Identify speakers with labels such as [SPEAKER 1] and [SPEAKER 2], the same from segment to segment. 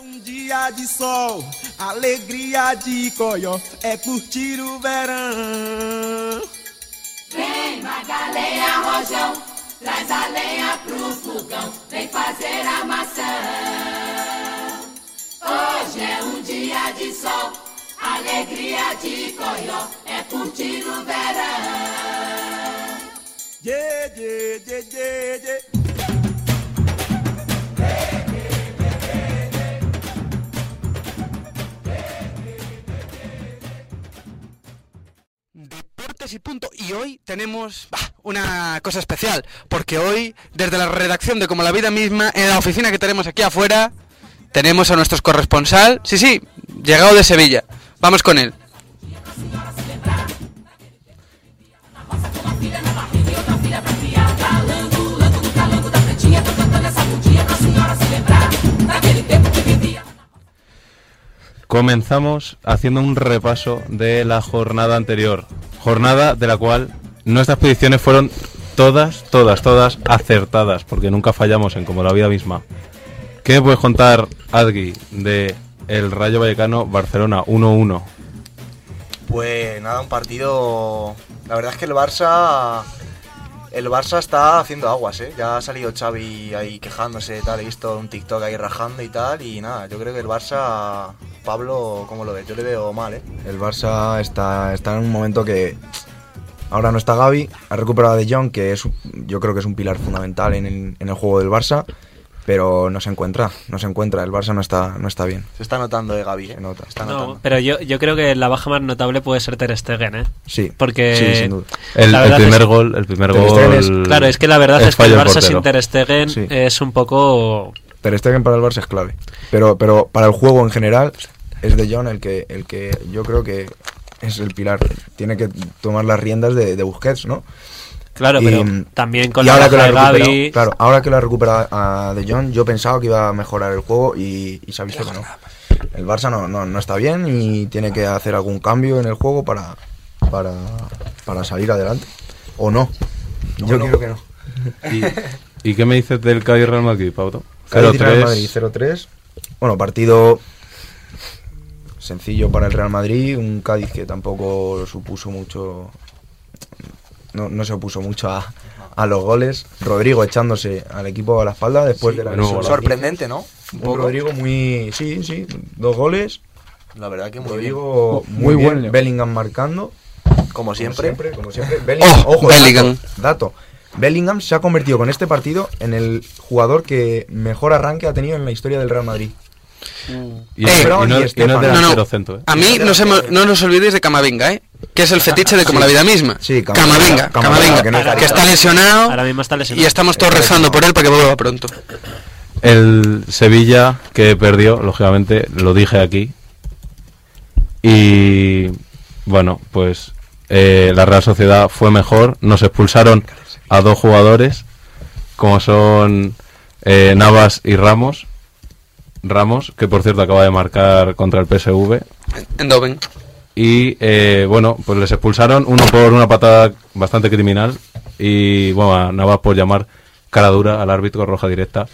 [SPEAKER 1] um dia de sol, alegria de coió, é curtir o verão.
[SPEAKER 2] Vem, Magaleia Rojão, traz a lenha pro fogão, vem fazer a maçã. Hoje é um dia de sol, alegria de coió, é curtir o verão.
[SPEAKER 1] Ye, ye, ye, ye, ye.
[SPEAKER 3] Deportes y punto. Y hoy tenemos bah, una cosa especial, porque hoy, desde la redacción de Como la Vida misma, en la oficina que tenemos aquí afuera, tenemos a nuestro corresponsal, sí, sí, llegado de Sevilla. Vamos con él.
[SPEAKER 4] Comenzamos haciendo un repaso de la jornada anterior, jornada de la cual nuestras predicciones fueron todas, todas, todas acertadas, porque nunca fallamos en como la vida misma. ¿Qué me puedes contar, Adri, de el Rayo Vallecano Barcelona 1-1?
[SPEAKER 5] Pues nada, un partido. La verdad es que el Barça. El Barça está haciendo aguas, ¿eh? Ya ha salido Xavi ahí quejándose y tal. He visto un TikTok ahí rajando y tal. Y nada, yo creo que el Barça. Pablo, ¿cómo lo ves? Yo le veo mal, ¿eh?
[SPEAKER 6] El Barça está, está en un momento que ahora no está Gaby, ha recuperado a De Jong, que es, un- yo creo que es un pilar fundamental en el, en el juego del Barça, pero no se encuentra, no se encuentra, el Barça no está, no está bien.
[SPEAKER 5] Se está notando de Gaby, ¿eh?
[SPEAKER 6] Se nota.
[SPEAKER 5] Está
[SPEAKER 7] No,
[SPEAKER 5] notando.
[SPEAKER 7] pero yo, yo creo que la baja más notable puede ser Ter Stegen, ¿eh?
[SPEAKER 6] Sí,
[SPEAKER 7] Porque-
[SPEAKER 6] sí, sin duda.
[SPEAKER 4] El,
[SPEAKER 7] La
[SPEAKER 4] el
[SPEAKER 7] verdad
[SPEAKER 4] primer
[SPEAKER 7] es-
[SPEAKER 4] gol, el primer
[SPEAKER 6] Ter Stegen es-
[SPEAKER 4] gol.
[SPEAKER 7] Claro, es que la verdad
[SPEAKER 4] eh,
[SPEAKER 7] es que el
[SPEAKER 4] falla
[SPEAKER 7] Barça sin
[SPEAKER 4] portero.
[SPEAKER 7] Ter Stegen
[SPEAKER 6] Sí.
[SPEAKER 7] es un poco...
[SPEAKER 6] Ter Stegen este para el Barça es clave, pero, pero para el juego en general es De Jong el que, el que yo creo que es el pilar, tiene que tomar las riendas de, de Busquets, ¿no?
[SPEAKER 7] Claro,
[SPEAKER 6] Y,
[SPEAKER 7] pero
[SPEAKER 6] mm,
[SPEAKER 7] también con
[SPEAKER 6] y
[SPEAKER 7] la
[SPEAKER 6] ahora
[SPEAKER 7] baja
[SPEAKER 6] que lo ha recuperado-
[SPEAKER 7] de Gaby...
[SPEAKER 6] Claro, ahora que lo ha recuperado a De Jong, yo pensaba que iba a mejorar el juego y, y se ha visto que no. El Barça no, no, no está bien y tiene que hacer algún cambio en el juego para, para, para salir adelante. O no. Yo creo que no.
[SPEAKER 4] ¿Y, y qué me dices del Cádiz Real Madrid, Pablo?
[SPEAKER 6] Cádiz, Real Madrid
[SPEAKER 4] 0-3.
[SPEAKER 6] 0-3. Bueno, partido sencillo para el Real Madrid. Un Cádiz que tampoco supuso mucho. No, no se opuso mucho a, a los goles. Rodrigo echándose al equipo a la espalda después de la
[SPEAKER 4] menudo
[SPEAKER 6] lesión.
[SPEAKER 5] Sorprendente, ¿no? Un
[SPEAKER 6] Un
[SPEAKER 5] poco.
[SPEAKER 6] Rodrigo muy. Sí, sí. Dos goles.
[SPEAKER 5] La verdad que muy bien.
[SPEAKER 6] Rodrigo
[SPEAKER 8] Muy
[SPEAKER 6] muy, bien.
[SPEAKER 8] buen, Leo.
[SPEAKER 6] Bellingham marcando.
[SPEAKER 5] Como
[SPEAKER 6] Como
[SPEAKER 5] siempre.
[SPEAKER 6] como siempre. Bellingham,
[SPEAKER 3] Oh,
[SPEAKER 6] ojo,
[SPEAKER 3] Bellingham.
[SPEAKER 6] Dato, dato. Bellingham se ha convertido con este partido en el jugador que mejor arranque ha tenido en la historia del Real Madrid.
[SPEAKER 4] Y,
[SPEAKER 3] Eh,
[SPEAKER 4] y no,
[SPEAKER 6] y
[SPEAKER 4] y no es
[SPEAKER 6] Estefan. No, no.
[SPEAKER 4] delantero centro, ¿eh?
[SPEAKER 3] A mí no, se me- no nos olvidéis de Camavinga, ¿eh? Que es el fetiche de como la vida misma.
[SPEAKER 6] Sí,
[SPEAKER 3] Camavinga,
[SPEAKER 6] Camavinga,
[SPEAKER 3] Camavinga,
[SPEAKER 6] Camavinga, que no
[SPEAKER 3] que,
[SPEAKER 6] es
[SPEAKER 3] está
[SPEAKER 7] Camavinga.
[SPEAKER 3] lesionado
[SPEAKER 7] Ahora mismo está lesionado.
[SPEAKER 3] y estamos todos rezando por él para que vuelva pronto.
[SPEAKER 4] El Sevilla que perdió, lógicamente, lo dije aquí. Y bueno, pues eh, la Real Sociedad fue mejor. Nos expulsaron a dos jugadores, como son eh, Navas y Ramos. Ramos, que por cierto acaba de marcar contra el PSV.
[SPEAKER 3] En Doven.
[SPEAKER 4] Y eh, bueno, pues les expulsaron uno por una patada bastante criminal y bueno, a Navas por llamar cara dura al árbitro roja directa.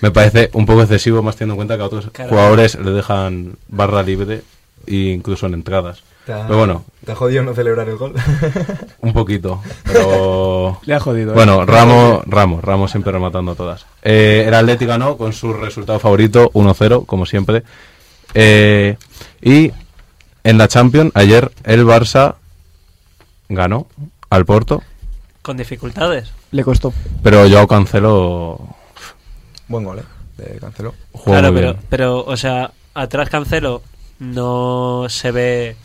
[SPEAKER 4] Me parece un poco excesivo, más teniendo en cuenta que a otros
[SPEAKER 7] Cara
[SPEAKER 4] jugadores le dejan barra libre e incluso en entradas. Pero bueno,
[SPEAKER 6] Te ha jodido no celebrar el gol.
[SPEAKER 4] un poquito. Pero
[SPEAKER 8] Le ha jodido. ¿eh?
[SPEAKER 4] bueno, Ramos, Ramos, Ramos siempre rematando todas. Eh, el Atleti ganó con su resultado favorito, 1-0, como siempre. Eh, y en la Champions, ayer el Barça ganó al Porto,
[SPEAKER 7] Con dificultades.
[SPEAKER 8] Le costó.
[SPEAKER 4] pero Joao Cancelo
[SPEAKER 6] Buen gol, ¿eh? De Cancelo.
[SPEAKER 4] jugó
[SPEAKER 7] claro,
[SPEAKER 4] muy
[SPEAKER 7] pero,
[SPEAKER 4] bien.
[SPEAKER 7] pero, o sea, atrás Cancelo no se ve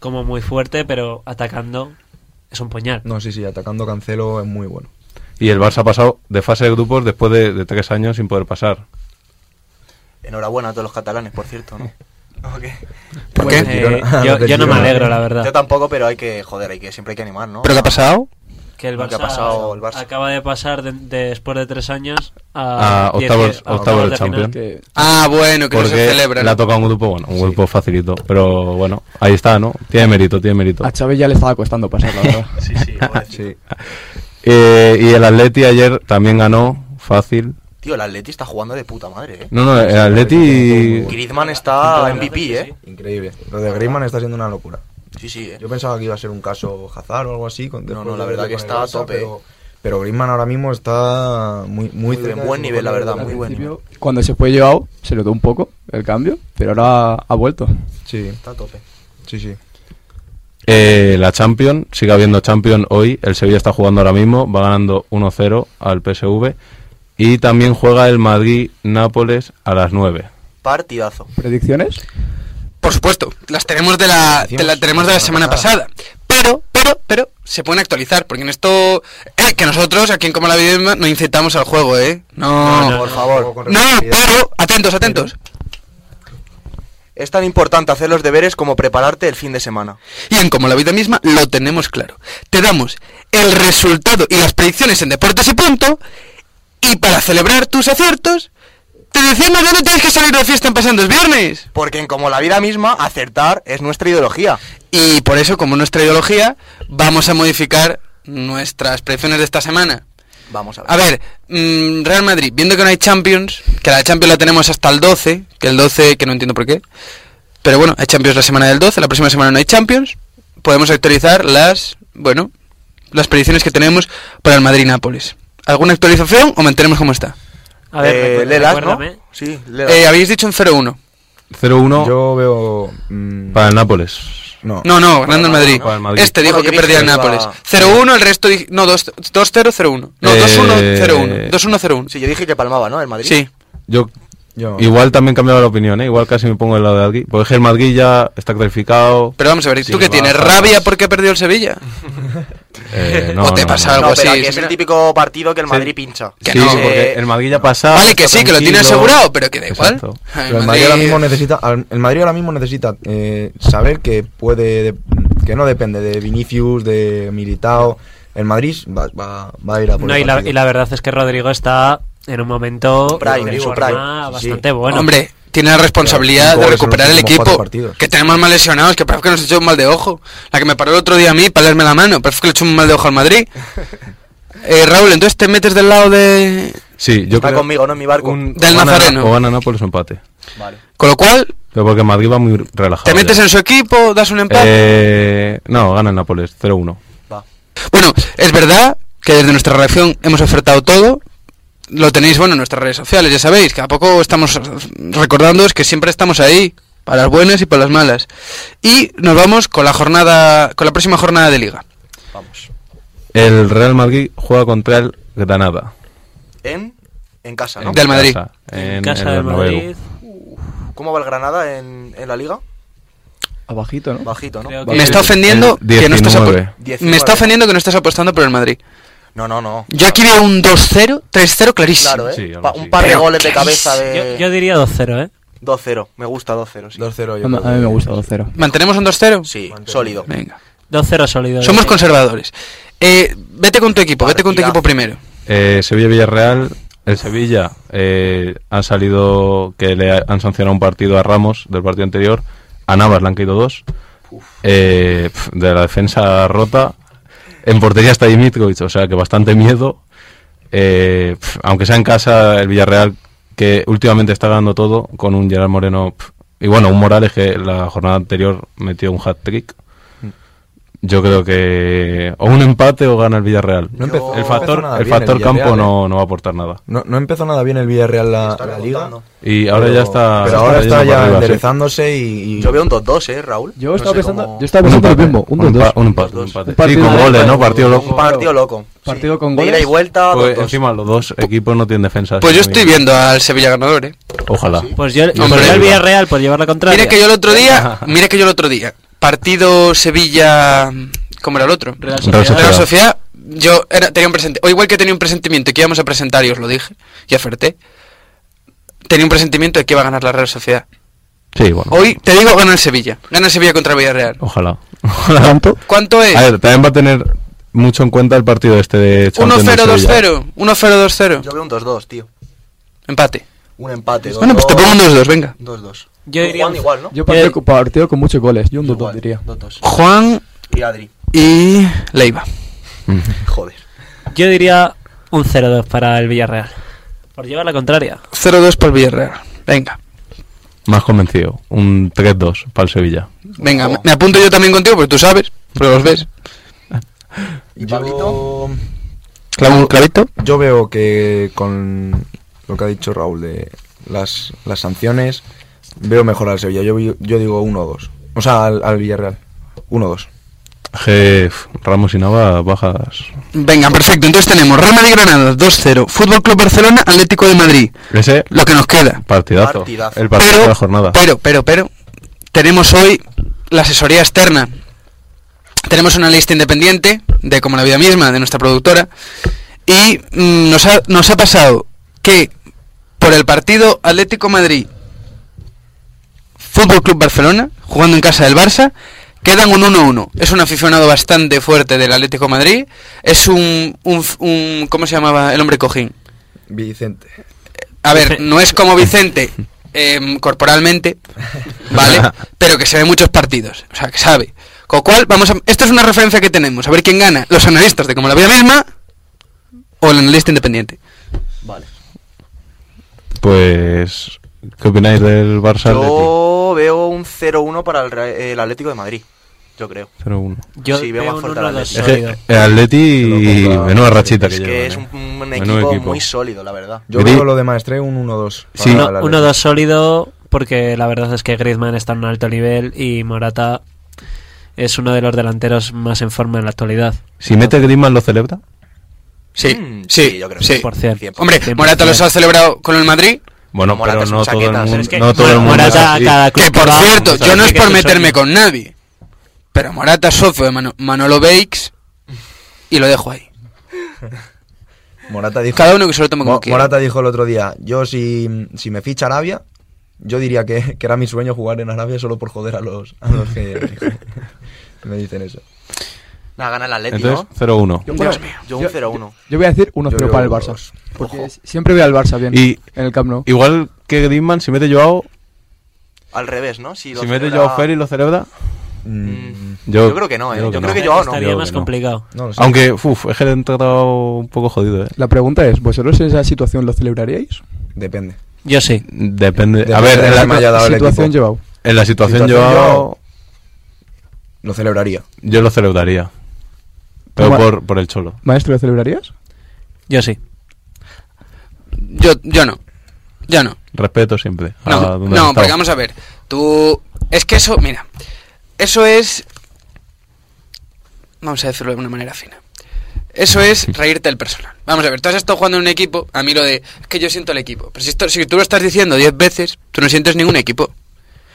[SPEAKER 7] como muy fuerte, pero atacando es un puñal.
[SPEAKER 6] No, sí, sí, atacando Cancelo es muy bueno.
[SPEAKER 4] Y el Barça ha pasado de fase de grupos después de, de tres años sin poder pasar.
[SPEAKER 5] Enhorabuena a todos los catalanes, por cierto, ¿no? ¿O qué?
[SPEAKER 3] ¿Por qué?
[SPEAKER 6] Bueno, sí.
[SPEAKER 7] Eh,
[SPEAKER 6] Girona-
[SPEAKER 7] yo,
[SPEAKER 6] del
[SPEAKER 7] yo no me
[SPEAKER 6] Girona.
[SPEAKER 7] alegro, la
[SPEAKER 5] Yo
[SPEAKER 7] verdad.
[SPEAKER 5] tampoco, pero hay que, joder, hay que, siempre hay que animar, ¿no?
[SPEAKER 3] ¿Pero qué ha pasado?
[SPEAKER 7] Que el
[SPEAKER 5] Lo
[SPEAKER 7] Barça,
[SPEAKER 5] que ha pasado el Barça.
[SPEAKER 7] acaba de pasar de- de- después de tres años a,
[SPEAKER 4] A Ah, octavos-
[SPEAKER 7] diez- a
[SPEAKER 4] octavos de
[SPEAKER 7] final.
[SPEAKER 4] Champions.
[SPEAKER 8] Que-
[SPEAKER 3] Ah, bueno, que no se
[SPEAKER 4] Porque
[SPEAKER 3] celebra.
[SPEAKER 4] le ha tocado un grupo, bueno, un grupo facilito. Pero bueno, ahí está, ¿no? Tiene mérito, tiene mérito.
[SPEAKER 8] A Chávez ya le estaba costando pasar, la verdad.
[SPEAKER 5] Sí, sí, pobrecito.
[SPEAKER 6] Sí.
[SPEAKER 4] Eh, y el Atleti ayer también ganó fácil
[SPEAKER 5] Tío, el Atleti está jugando de puta madre, eh.
[SPEAKER 4] No, no, el Atleti.
[SPEAKER 5] Griezmann está MVP,
[SPEAKER 7] sí.
[SPEAKER 5] eh.
[SPEAKER 6] Increíble. Lo de Griezmann está siendo una locura.
[SPEAKER 5] Sí, sí, eh.
[SPEAKER 6] Yo pensaba que iba a ser un caso Hazard o algo así. con-
[SPEAKER 5] No, no,
[SPEAKER 6] después
[SPEAKER 5] la
[SPEAKER 6] de-
[SPEAKER 5] verdad
[SPEAKER 6] con
[SPEAKER 5] que
[SPEAKER 6] el
[SPEAKER 5] está a
[SPEAKER 6] Barça,
[SPEAKER 5] tope.
[SPEAKER 6] Pero, pero Griezmann ahora mismo está muy, muy,
[SPEAKER 5] Muy
[SPEAKER 6] cerca
[SPEAKER 5] bien,
[SPEAKER 6] de
[SPEAKER 5] buen
[SPEAKER 6] su
[SPEAKER 5] nivel, la
[SPEAKER 6] mejor
[SPEAKER 5] verdad,
[SPEAKER 6] nivel.
[SPEAKER 5] muy bueno.
[SPEAKER 8] principio, Cuando se fue Joao, se notó un poco el cambio, pero ahora ha vuelto.
[SPEAKER 6] Sí,
[SPEAKER 5] Está a tope.
[SPEAKER 6] sí, sí.
[SPEAKER 4] Eh, la Champions, sigue habiendo Champions hoy. El Sevilla está jugando ahora mismo, va ganando 1-0 al PSV. Y también juega el Madrid-Nápoles a las 9.
[SPEAKER 5] Partidazo.
[SPEAKER 8] ¿Predicciones?
[SPEAKER 3] Por supuesto, las tenemos de la, de la- tenemos de la semana pasada. Pero, pero, pero, se pueden actualizar, porque en esto... eh, que nosotros, aquí en Como la Vida, no incitamos al juego, ¿eh? No, no,
[SPEAKER 7] No,
[SPEAKER 5] Por favor.
[SPEAKER 3] pero, atentos, atentos.
[SPEAKER 5] Es tan importante hacer los deberes como prepararte el fin de semana.
[SPEAKER 3] Y en Como la Vida misma lo tenemos claro. Te damos el resultado y las predicciones en Deportes y Punto, y para celebrar tus aciertos, te decimos dónde tienes que salir de fiesta en Pasandos Viernes.
[SPEAKER 5] Porque en como la vida misma, acertar es nuestra ideología.
[SPEAKER 3] Y por eso, como nuestra ideología, vamos a modificar nuestras predicciones de esta semana.
[SPEAKER 5] Vamos a ver.
[SPEAKER 3] A ver, mm, Real Madrid, viendo que no hay Champions, que la Champions la tenemos hasta el 12, que el 12, que no entiendo por qué, pero bueno, hay Champions la semana del 12, la próxima semana no hay Champions, podemos actualizar las, bueno, las predicciones que tenemos para el Madrid-Nápoles. ¿Alguna actualización o mantenemos como está?
[SPEAKER 7] A ver,
[SPEAKER 5] Eh,
[SPEAKER 7] recuer-
[SPEAKER 5] Lelas, ¿no?
[SPEAKER 7] recuérdame.
[SPEAKER 5] Sí, Lelas.
[SPEAKER 3] Eh, habéis dicho un 0-1.
[SPEAKER 4] 0-1
[SPEAKER 6] Yo veo. mm,
[SPEAKER 4] para el Nápoles.
[SPEAKER 6] no.
[SPEAKER 3] No, no, ganando el Madrid.
[SPEAKER 4] Para el Madrid.
[SPEAKER 3] Este dijo
[SPEAKER 5] Bueno,
[SPEAKER 3] que perdía el
[SPEAKER 5] Vinicius va-
[SPEAKER 3] Nápoles. 0-1, el resto... di- No, 2- 2-0, 0-1. No,
[SPEAKER 4] Eh,
[SPEAKER 3] 2-1, 0-1. 2-1,
[SPEAKER 5] Sí, yo dije que palmaba, ¿no? El Madrid.
[SPEAKER 3] 0-1. Sí.
[SPEAKER 4] Yo
[SPEAKER 6] Yo,
[SPEAKER 4] igual también cambiaba la opinión, ¿eh? igual casi me pongo del lado de Madrid. Porque es que el Madrid ya está clasificado.
[SPEAKER 3] Pero vamos a ver, ¿tú
[SPEAKER 4] Sí,
[SPEAKER 3] qué
[SPEAKER 4] va,
[SPEAKER 3] tienes?
[SPEAKER 4] va,
[SPEAKER 3] ¿Rabia
[SPEAKER 4] va.
[SPEAKER 3] porque perdió el Sevilla?
[SPEAKER 4] Eh,
[SPEAKER 3] o te pasa
[SPEAKER 5] No,
[SPEAKER 3] algo
[SPEAKER 5] pero
[SPEAKER 3] así,
[SPEAKER 5] aquí es el
[SPEAKER 3] mira.
[SPEAKER 5] típico partido que el Madrid
[SPEAKER 4] Sí.
[SPEAKER 5] pincha.
[SPEAKER 3] Que
[SPEAKER 4] sí,
[SPEAKER 3] no.
[SPEAKER 4] porque
[SPEAKER 5] Eh,
[SPEAKER 4] el Madrid ya pasa.
[SPEAKER 6] Ah,
[SPEAKER 3] Vale, que sí, que lo tiene asegurado, pero que da igual.
[SPEAKER 4] Exacto.
[SPEAKER 3] Ay,
[SPEAKER 6] Pero el Madrid ahora mismo necesita, al- el Madrid ahora mismo necesita eh, saber que puede, que no depende de Vinicius, de Militao. El Madrid va, va- va a ir a por
[SPEAKER 7] No,
[SPEAKER 6] el
[SPEAKER 7] y la,
[SPEAKER 6] partido.
[SPEAKER 7] y la verdad es que Rodrigo está en un momento
[SPEAKER 5] Prime,
[SPEAKER 7] en
[SPEAKER 5] Rodrigo
[SPEAKER 7] su
[SPEAKER 5] Prime.
[SPEAKER 7] forma
[SPEAKER 6] Sí, sí.
[SPEAKER 7] bastante bueno.
[SPEAKER 3] Hombre, tiene la responsabilidad
[SPEAKER 6] Cinco
[SPEAKER 3] de
[SPEAKER 6] goles en los
[SPEAKER 3] recuperar el
[SPEAKER 6] últimos cuatro
[SPEAKER 3] equipo.
[SPEAKER 6] partidos.
[SPEAKER 3] Que tenemos más lesionados, que parece que nos ha hecho un mal de ojo. La que me paró el otro día a mí para darme la mano, parece que le he hecho un mal de ojo al Madrid. Eh, Raúl, entonces te metes del lado de.
[SPEAKER 4] Sí, yo
[SPEAKER 5] Está
[SPEAKER 4] creo
[SPEAKER 5] conmigo, ¿no? En mi barco.
[SPEAKER 3] Del
[SPEAKER 4] o gana-
[SPEAKER 3] Nazareno.
[SPEAKER 4] O gana Nápoles o empate.
[SPEAKER 5] Vale.
[SPEAKER 3] Con lo cual,
[SPEAKER 4] Pero porque el Madrid va muy relajado.
[SPEAKER 3] te metes
[SPEAKER 4] ya.
[SPEAKER 3] en su equipo, das un empate.
[SPEAKER 4] Eh, no, gana el Nápoles, 0-1.
[SPEAKER 5] Va.
[SPEAKER 3] Bueno, es verdad que desde nuestra redacción hemos ofertado todo. Lo tenéis, bueno, en nuestras redes sociales, ya sabéis, que a poco estamos recordándoos que siempre estamos ahí, para las buenas y para las malas. Y nos vamos con la jornada, con la próxima jornada de liga.
[SPEAKER 5] Vamos.
[SPEAKER 4] El Real Madrid juega contra el Granada.
[SPEAKER 5] En, en casa, ¿no?
[SPEAKER 4] en
[SPEAKER 3] Del Madrid.
[SPEAKER 4] casa, en,
[SPEAKER 7] en casa
[SPEAKER 4] el
[SPEAKER 7] del
[SPEAKER 4] Bernabéu.
[SPEAKER 7] Madrid.
[SPEAKER 5] ¿Cómo va el Granada en, en la liga?
[SPEAKER 8] Abajito, ¿no?
[SPEAKER 5] Bajito, ¿no?
[SPEAKER 7] Creo que-
[SPEAKER 3] Me está ofendiendo
[SPEAKER 4] El
[SPEAKER 3] que no estás apo-
[SPEAKER 4] 19.
[SPEAKER 3] me está ofendiendo que no estás apostando por el Madrid.
[SPEAKER 5] No, no, no.
[SPEAKER 3] Yo aquí veo un 2-0, 3-0 clarísimo.
[SPEAKER 5] Claro, ¿eh?
[SPEAKER 4] Sí, algo
[SPEAKER 5] Pa-
[SPEAKER 4] así.
[SPEAKER 5] un par de
[SPEAKER 3] Pero,
[SPEAKER 5] goles
[SPEAKER 3] ¿qué
[SPEAKER 5] de cabeza
[SPEAKER 7] Yo,
[SPEAKER 5] de...
[SPEAKER 7] yo diría 2-0, ¿eh?
[SPEAKER 5] 2-0. Me gusta 2-0, sí.
[SPEAKER 6] 2-0 yo
[SPEAKER 8] A
[SPEAKER 6] creo
[SPEAKER 8] mí a mí
[SPEAKER 6] que-
[SPEAKER 8] me gusta 2-0.
[SPEAKER 3] ¿Mantenemos un 2-0?
[SPEAKER 5] Sí,
[SPEAKER 6] Mantén.
[SPEAKER 5] sólido.
[SPEAKER 3] Venga.
[SPEAKER 7] 2-0 sólido.
[SPEAKER 3] Somos conservadores. Eh, vete con tu equipo, vete con tu
[SPEAKER 5] Partidazo.
[SPEAKER 3] equipo primero.
[SPEAKER 4] Eh, Sevilla-Villarreal. El Sevilla eh, han salido que le ha- han sancionado un partido a Ramos del partido anterior. A Navas le han caído dos. Eh, pf, de la defensa rota. En portería está Dimitrovich, o sea que bastante miedo. Eh, pf, aunque sea en casa, el Villarreal, que últimamente está ganando todo, con un Gerard Moreno. pf, y bueno, un Morales que la jornada anterior metió un hat trick. Yo creo que o un empate o gana el Villarreal.
[SPEAKER 6] No empezó-
[SPEAKER 4] el
[SPEAKER 6] no
[SPEAKER 4] factor,
[SPEAKER 6] empezó nada
[SPEAKER 4] el
[SPEAKER 6] bien
[SPEAKER 4] factor campo
[SPEAKER 6] Villarreal,
[SPEAKER 4] no, no va a aportar nada.
[SPEAKER 6] ¿eh? No, no empezó nada bien el Villarreal la,
[SPEAKER 5] Está
[SPEAKER 6] la liga.
[SPEAKER 5] remontando.
[SPEAKER 4] Y ahora ya está.
[SPEAKER 6] Pero ahora
[SPEAKER 4] yendo
[SPEAKER 6] está
[SPEAKER 4] para
[SPEAKER 6] ya
[SPEAKER 4] arriba, sí.
[SPEAKER 6] enderezándose y, y-
[SPEAKER 5] Yo veo un 2-2, ¿eh, Raúl?
[SPEAKER 8] Yo
[SPEAKER 5] No
[SPEAKER 8] estaba
[SPEAKER 5] sé
[SPEAKER 8] pensando,
[SPEAKER 5] cómo-
[SPEAKER 8] yo estaba
[SPEAKER 4] Un
[SPEAKER 8] pensando lo
[SPEAKER 4] empate,
[SPEAKER 8] mismo, un 2-2.
[SPEAKER 4] empa- Un empate, un
[SPEAKER 5] Dos, dos.
[SPEAKER 4] empate.
[SPEAKER 8] Un partido
[SPEAKER 4] Sí, con
[SPEAKER 8] de-
[SPEAKER 4] goles, ¿no? Partido
[SPEAKER 5] Un
[SPEAKER 4] loco.
[SPEAKER 5] partido loco.
[SPEAKER 8] Partido
[SPEAKER 5] sí.
[SPEAKER 8] con
[SPEAKER 5] De ida y
[SPEAKER 8] goles.
[SPEAKER 5] vuelta,
[SPEAKER 4] Pues
[SPEAKER 5] 2-2.
[SPEAKER 4] encima los dos equipos no tienen defensa.
[SPEAKER 3] Pues yo
[SPEAKER 4] así que-
[SPEAKER 3] estoy viendo al Sevilla ganador, ¿eh?
[SPEAKER 4] Ojalá.
[SPEAKER 7] Pues yo, yo
[SPEAKER 3] Hombre.
[SPEAKER 7] diría el Villarreal por llevar la contraria.
[SPEAKER 3] Mira que yo el otro día, mira que yo el otro día, partido Sevilla, ¿cómo era el otro?
[SPEAKER 7] Real
[SPEAKER 4] Real
[SPEAKER 7] Sociedad.
[SPEAKER 3] Real Sociedad, yo era, tenía un presente, o igual que tenía un presentimiento que íbamos a presentar y os lo dije, y acerté, tenía un presentimiento de que iba a ganar la Real Sociedad.
[SPEAKER 4] Sí, bueno.
[SPEAKER 3] Hoy te digo, gana el Sevilla, gana el Sevilla contra el Villarreal.
[SPEAKER 4] Ojalá.
[SPEAKER 8] ¿Cuánto?
[SPEAKER 3] ¿Cuánto es?
[SPEAKER 4] A ver, también va a tener mucho en cuenta el partido este de Champions del Sevilla.
[SPEAKER 3] 1-0-2-0, 1-0-2-0,
[SPEAKER 5] Yo veo un 2-2, tío.
[SPEAKER 3] empate.
[SPEAKER 5] Un empate.
[SPEAKER 3] Bueno, pues te pongo un 2-2, venga.
[SPEAKER 5] 2-2.
[SPEAKER 7] Yo diría
[SPEAKER 5] Juan
[SPEAKER 7] un-
[SPEAKER 5] igual, ¿no?
[SPEAKER 8] Yo partido,
[SPEAKER 7] Eh,
[SPEAKER 8] con- partido con muchos goles, yo un 2-2
[SPEAKER 5] Igual,
[SPEAKER 8] diría.
[SPEAKER 5] 2-2.
[SPEAKER 3] Juan
[SPEAKER 5] Y Adri.
[SPEAKER 3] y Leiva.
[SPEAKER 5] Joder.
[SPEAKER 7] Yo diría un 0-2 para el Villarreal. Por llevar la contraria.
[SPEAKER 3] 0-2 para el Villarreal. Venga.
[SPEAKER 4] Más convencido. Un 3-2 para el Sevilla.
[SPEAKER 3] Venga, me- me apunto yo también contigo, pues tú sabes, pero los ves.
[SPEAKER 5] ¿Y Pablito?
[SPEAKER 3] Clavo un clavito.
[SPEAKER 6] Yo veo que con lo que ha dicho Raúl de las, las sanciones, veo mejor al Sevilla. Yo, vi- yo digo 1-2. O sea, al, al Villarreal. 1-2.
[SPEAKER 4] Jef, Ramos y Nava, bajas.
[SPEAKER 3] Venga, perfecto. Entonces tenemos Real Madrid Granada 2-0, Fútbol Club Barcelona, Atlético de Madrid.
[SPEAKER 4] Ese
[SPEAKER 3] Lo que nos queda.
[SPEAKER 4] partidazo.
[SPEAKER 5] Partidazo.
[SPEAKER 4] El partido de la jornada.
[SPEAKER 3] Pero, pero, pero, tenemos hoy la asesoría externa. Tenemos una lista independiente, de como la vida misma, de nuestra productora. Y mm, nos, ha, nos ha pasado que por el partido Atlético Madrid, Fútbol Club Barcelona, jugando en casa del Barça, quedan un 1-1. Es un aficionado bastante fuerte del Atlético Madrid. Es un, un, f- un- ¿Cómo se llamaba el hombre cojín?
[SPEAKER 6] Vicente.
[SPEAKER 3] A ver,
[SPEAKER 7] Dice-
[SPEAKER 3] no es como Vicente em, corporalmente, ¿vale? Pero que se ve muchos partidos, o sea, que sabe. Con lo cual, vamos a... Esta es una referencia que tenemos, a ver quién gana, los analistas de Como la Vida Misma o el analista independiente.
[SPEAKER 4] Pues, ¿qué opináis del Barça? Atleti?
[SPEAKER 5] Yo veo un 0-1 para el, Re- el Atlético de Madrid. Yo creo.
[SPEAKER 4] 0-1.
[SPEAKER 7] Yo
[SPEAKER 5] Sí, veo
[SPEAKER 7] veo
[SPEAKER 5] más
[SPEAKER 7] un
[SPEAKER 5] fuerte al
[SPEAKER 7] 1-2
[SPEAKER 4] Es
[SPEAKER 5] Atlético.
[SPEAKER 7] sólido.
[SPEAKER 4] que el Atleti
[SPEAKER 6] Se lo
[SPEAKER 4] y
[SPEAKER 6] compra.
[SPEAKER 4] menuda rachita que
[SPEAKER 5] es
[SPEAKER 4] lleva.
[SPEAKER 5] que es un, un
[SPEAKER 4] Menudo
[SPEAKER 5] equipo,
[SPEAKER 4] equipo.
[SPEAKER 5] muy sólido, la verdad.
[SPEAKER 6] Yo
[SPEAKER 4] Gris.
[SPEAKER 6] veo lo de Maestre un 1-2.
[SPEAKER 4] Sí.
[SPEAKER 6] para
[SPEAKER 4] No,
[SPEAKER 6] el Atleti.
[SPEAKER 7] 1-2 sólido porque la verdad es que Griezmann está en un alto nivel y Morata es uno de los delanteros más en forma en la actualidad.
[SPEAKER 4] Si mete Griezmann lo celebra.
[SPEAKER 3] Sí,
[SPEAKER 5] Mm,
[SPEAKER 3] sí,
[SPEAKER 5] yo creo.
[SPEAKER 3] sí.
[SPEAKER 7] Por cierto. ¿eh?
[SPEAKER 5] Cien
[SPEAKER 3] Hombre,
[SPEAKER 7] Cien por
[SPEAKER 3] Morata
[SPEAKER 7] cien.
[SPEAKER 3] los ha celebrado con el Madrid,
[SPEAKER 4] Bueno,
[SPEAKER 5] Morata
[SPEAKER 4] pero
[SPEAKER 5] es
[SPEAKER 4] no
[SPEAKER 5] un
[SPEAKER 4] todo el
[SPEAKER 5] chaqueta,
[SPEAKER 4] mundo.
[SPEAKER 5] pero es que
[SPEAKER 4] no todo el mundo es
[SPEAKER 7] Morata
[SPEAKER 4] así.
[SPEAKER 7] cada club
[SPEAKER 3] que por
[SPEAKER 7] va,
[SPEAKER 3] cierto,
[SPEAKER 7] sabe
[SPEAKER 3] yo no es
[SPEAKER 7] que
[SPEAKER 3] por
[SPEAKER 7] es
[SPEAKER 3] meterme
[SPEAKER 7] sólido.
[SPEAKER 3] con nadie, pero Morata es socio de Mano- Manolo Bakes y lo dejo ahí.
[SPEAKER 6] Morata dijo,
[SPEAKER 3] Cada uno que se lo tome como
[SPEAKER 6] Mo-
[SPEAKER 3] quiera.
[SPEAKER 6] Morata dijo el otro día, yo si, si me ficha Arabia, yo diría que, que era mi sueño jugar en Arabia solo por joder a los, a los que me dicen eso.
[SPEAKER 5] Nada, gana el Atlético,
[SPEAKER 4] Entonces, 0-1.
[SPEAKER 5] Dios mío. Yo un
[SPEAKER 8] Yo-
[SPEAKER 5] 0-1.
[SPEAKER 8] Yo voy a decir
[SPEAKER 6] Yo
[SPEAKER 8] 1-0
[SPEAKER 6] digo
[SPEAKER 8] para el Barça.
[SPEAKER 6] 1-2.
[SPEAKER 8] Porque s- siempre veo al Barça bien
[SPEAKER 4] Y-
[SPEAKER 8] en el Camp Nou.
[SPEAKER 4] Igual que Griezmann, si mete Joao,
[SPEAKER 5] Al revés, ¿no? Si, lo
[SPEAKER 4] si mete
[SPEAKER 5] celebra-
[SPEAKER 4] Joao Ferry lo celebra.
[SPEAKER 6] Mm,
[SPEAKER 4] Yo,
[SPEAKER 5] Yo creo que no, ¿eh? Yo creo que Joao no.
[SPEAKER 7] Estaría
[SPEAKER 4] Yo
[SPEAKER 7] más
[SPEAKER 4] que no.
[SPEAKER 7] complicado.
[SPEAKER 6] no lo sé.
[SPEAKER 4] Aunque, uff, es que le han tratado un poco jodido, ¿eh?
[SPEAKER 8] La pregunta es, ¿vosotros en esa situación lo celebraríais?
[SPEAKER 6] Depende.
[SPEAKER 7] Yo sí.
[SPEAKER 4] Depende.
[SPEAKER 6] Depende
[SPEAKER 4] eh, A ver,
[SPEAKER 6] de
[SPEAKER 4] en
[SPEAKER 6] cómo
[SPEAKER 4] la,
[SPEAKER 6] haya dado el
[SPEAKER 8] situación
[SPEAKER 6] equipo.
[SPEAKER 8] llevado?
[SPEAKER 4] en la situación
[SPEAKER 6] Situación
[SPEAKER 4] Joao,
[SPEAKER 6] Joao. Lo celebraría.
[SPEAKER 4] yo lo celebraría. Pero
[SPEAKER 8] Toma.
[SPEAKER 4] por, por el cholo.
[SPEAKER 8] ¿Maestro, lo celebrarías?
[SPEAKER 7] Yo sí.
[SPEAKER 3] Yo, yo no. Yo no.
[SPEAKER 4] Respeto siempre. a
[SPEAKER 3] No,
[SPEAKER 4] donde
[SPEAKER 3] no
[SPEAKER 4] Ah, has
[SPEAKER 3] porque
[SPEAKER 4] estado.
[SPEAKER 3] vamos a ver. Tú. Es que eso, mira. Eso es. Vamos a decirlo de una manera fina. Eso es reírte del personal. Vamos a ver, tú has estado jugando en un equipo. A mí lo de. Es que yo siento el equipo. Pero si, esto, si tú lo estás diciendo 10 veces, tú no sientes ningún equipo.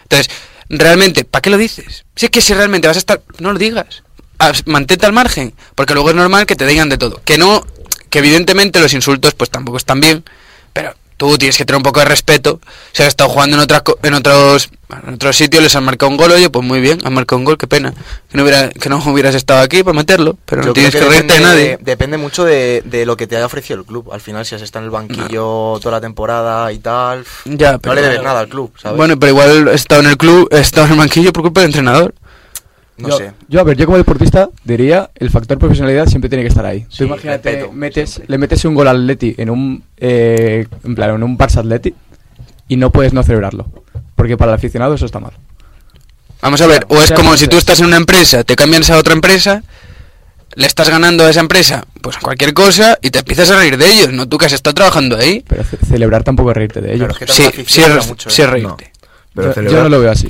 [SPEAKER 3] Entonces, realmente, ¿para qué lo dices? Si es que si realmente vas a estar. No lo digas. As- Mantente al margen. Porque luego es normal que te digan de todo. Que no. Que evidentemente los insultos, pues tampoco están bien. Pero tú tienes que tener un poco de respeto. Si has estado jugando en, otras, co- en otros en otros sitios, les han marcado un gol, oye, pues muy bien, han marcado un gol, qué pena. Que no, hubiera, que no hubieras estado aquí para meterlo, pero no
[SPEAKER 5] Yo creo
[SPEAKER 3] tienes que, reírte de
[SPEAKER 5] depende-
[SPEAKER 3] nadie.
[SPEAKER 5] Depende mucho de, de lo que te haya ofrecido el club. Al final, si has estado en el banquillo toda la temporada y tal,
[SPEAKER 3] Ya,
[SPEAKER 5] no
[SPEAKER 3] pero-
[SPEAKER 5] le debes nada al club, ¿sabes?
[SPEAKER 3] Bueno, pero igual he estado en el club, he estado en el banquillo por culpa del entrenador.
[SPEAKER 5] no
[SPEAKER 8] yo,
[SPEAKER 5] sé.
[SPEAKER 8] Yo, a ver, yo como deportista diría, el factor profesionalidad siempre tiene que estar ahí.
[SPEAKER 5] Sí,
[SPEAKER 8] Tú imagínate,
[SPEAKER 5] respeto,
[SPEAKER 8] metes,
[SPEAKER 5] siempre.
[SPEAKER 8] le metes un gol al Atleti en un, eh, en plan, en un Barça Atleti y no puedes no celebrarlo. Porque para el aficionado eso está mal.
[SPEAKER 3] Vamos a ver, o es
[SPEAKER 8] sea,
[SPEAKER 3] como
[SPEAKER 8] no
[SPEAKER 3] si
[SPEAKER 8] sé.
[SPEAKER 3] tú estás en una empresa, te cambias a otra empresa, le estás ganando a esa empresa, pues cualquier cosa, y te empiezas a reír de ellos, no tú que has estado trabajando ahí.
[SPEAKER 8] Pero ce- celebrar tampoco es reírte de ellos.
[SPEAKER 5] Claro, es que
[SPEAKER 3] Sí,
[SPEAKER 5] tanta
[SPEAKER 3] sí,
[SPEAKER 5] afición
[SPEAKER 3] es-
[SPEAKER 5] habla mucho, ¿eh?
[SPEAKER 3] sí es reírte.
[SPEAKER 6] Pero
[SPEAKER 8] yo,
[SPEAKER 6] celebrar-
[SPEAKER 8] yo no lo veo así.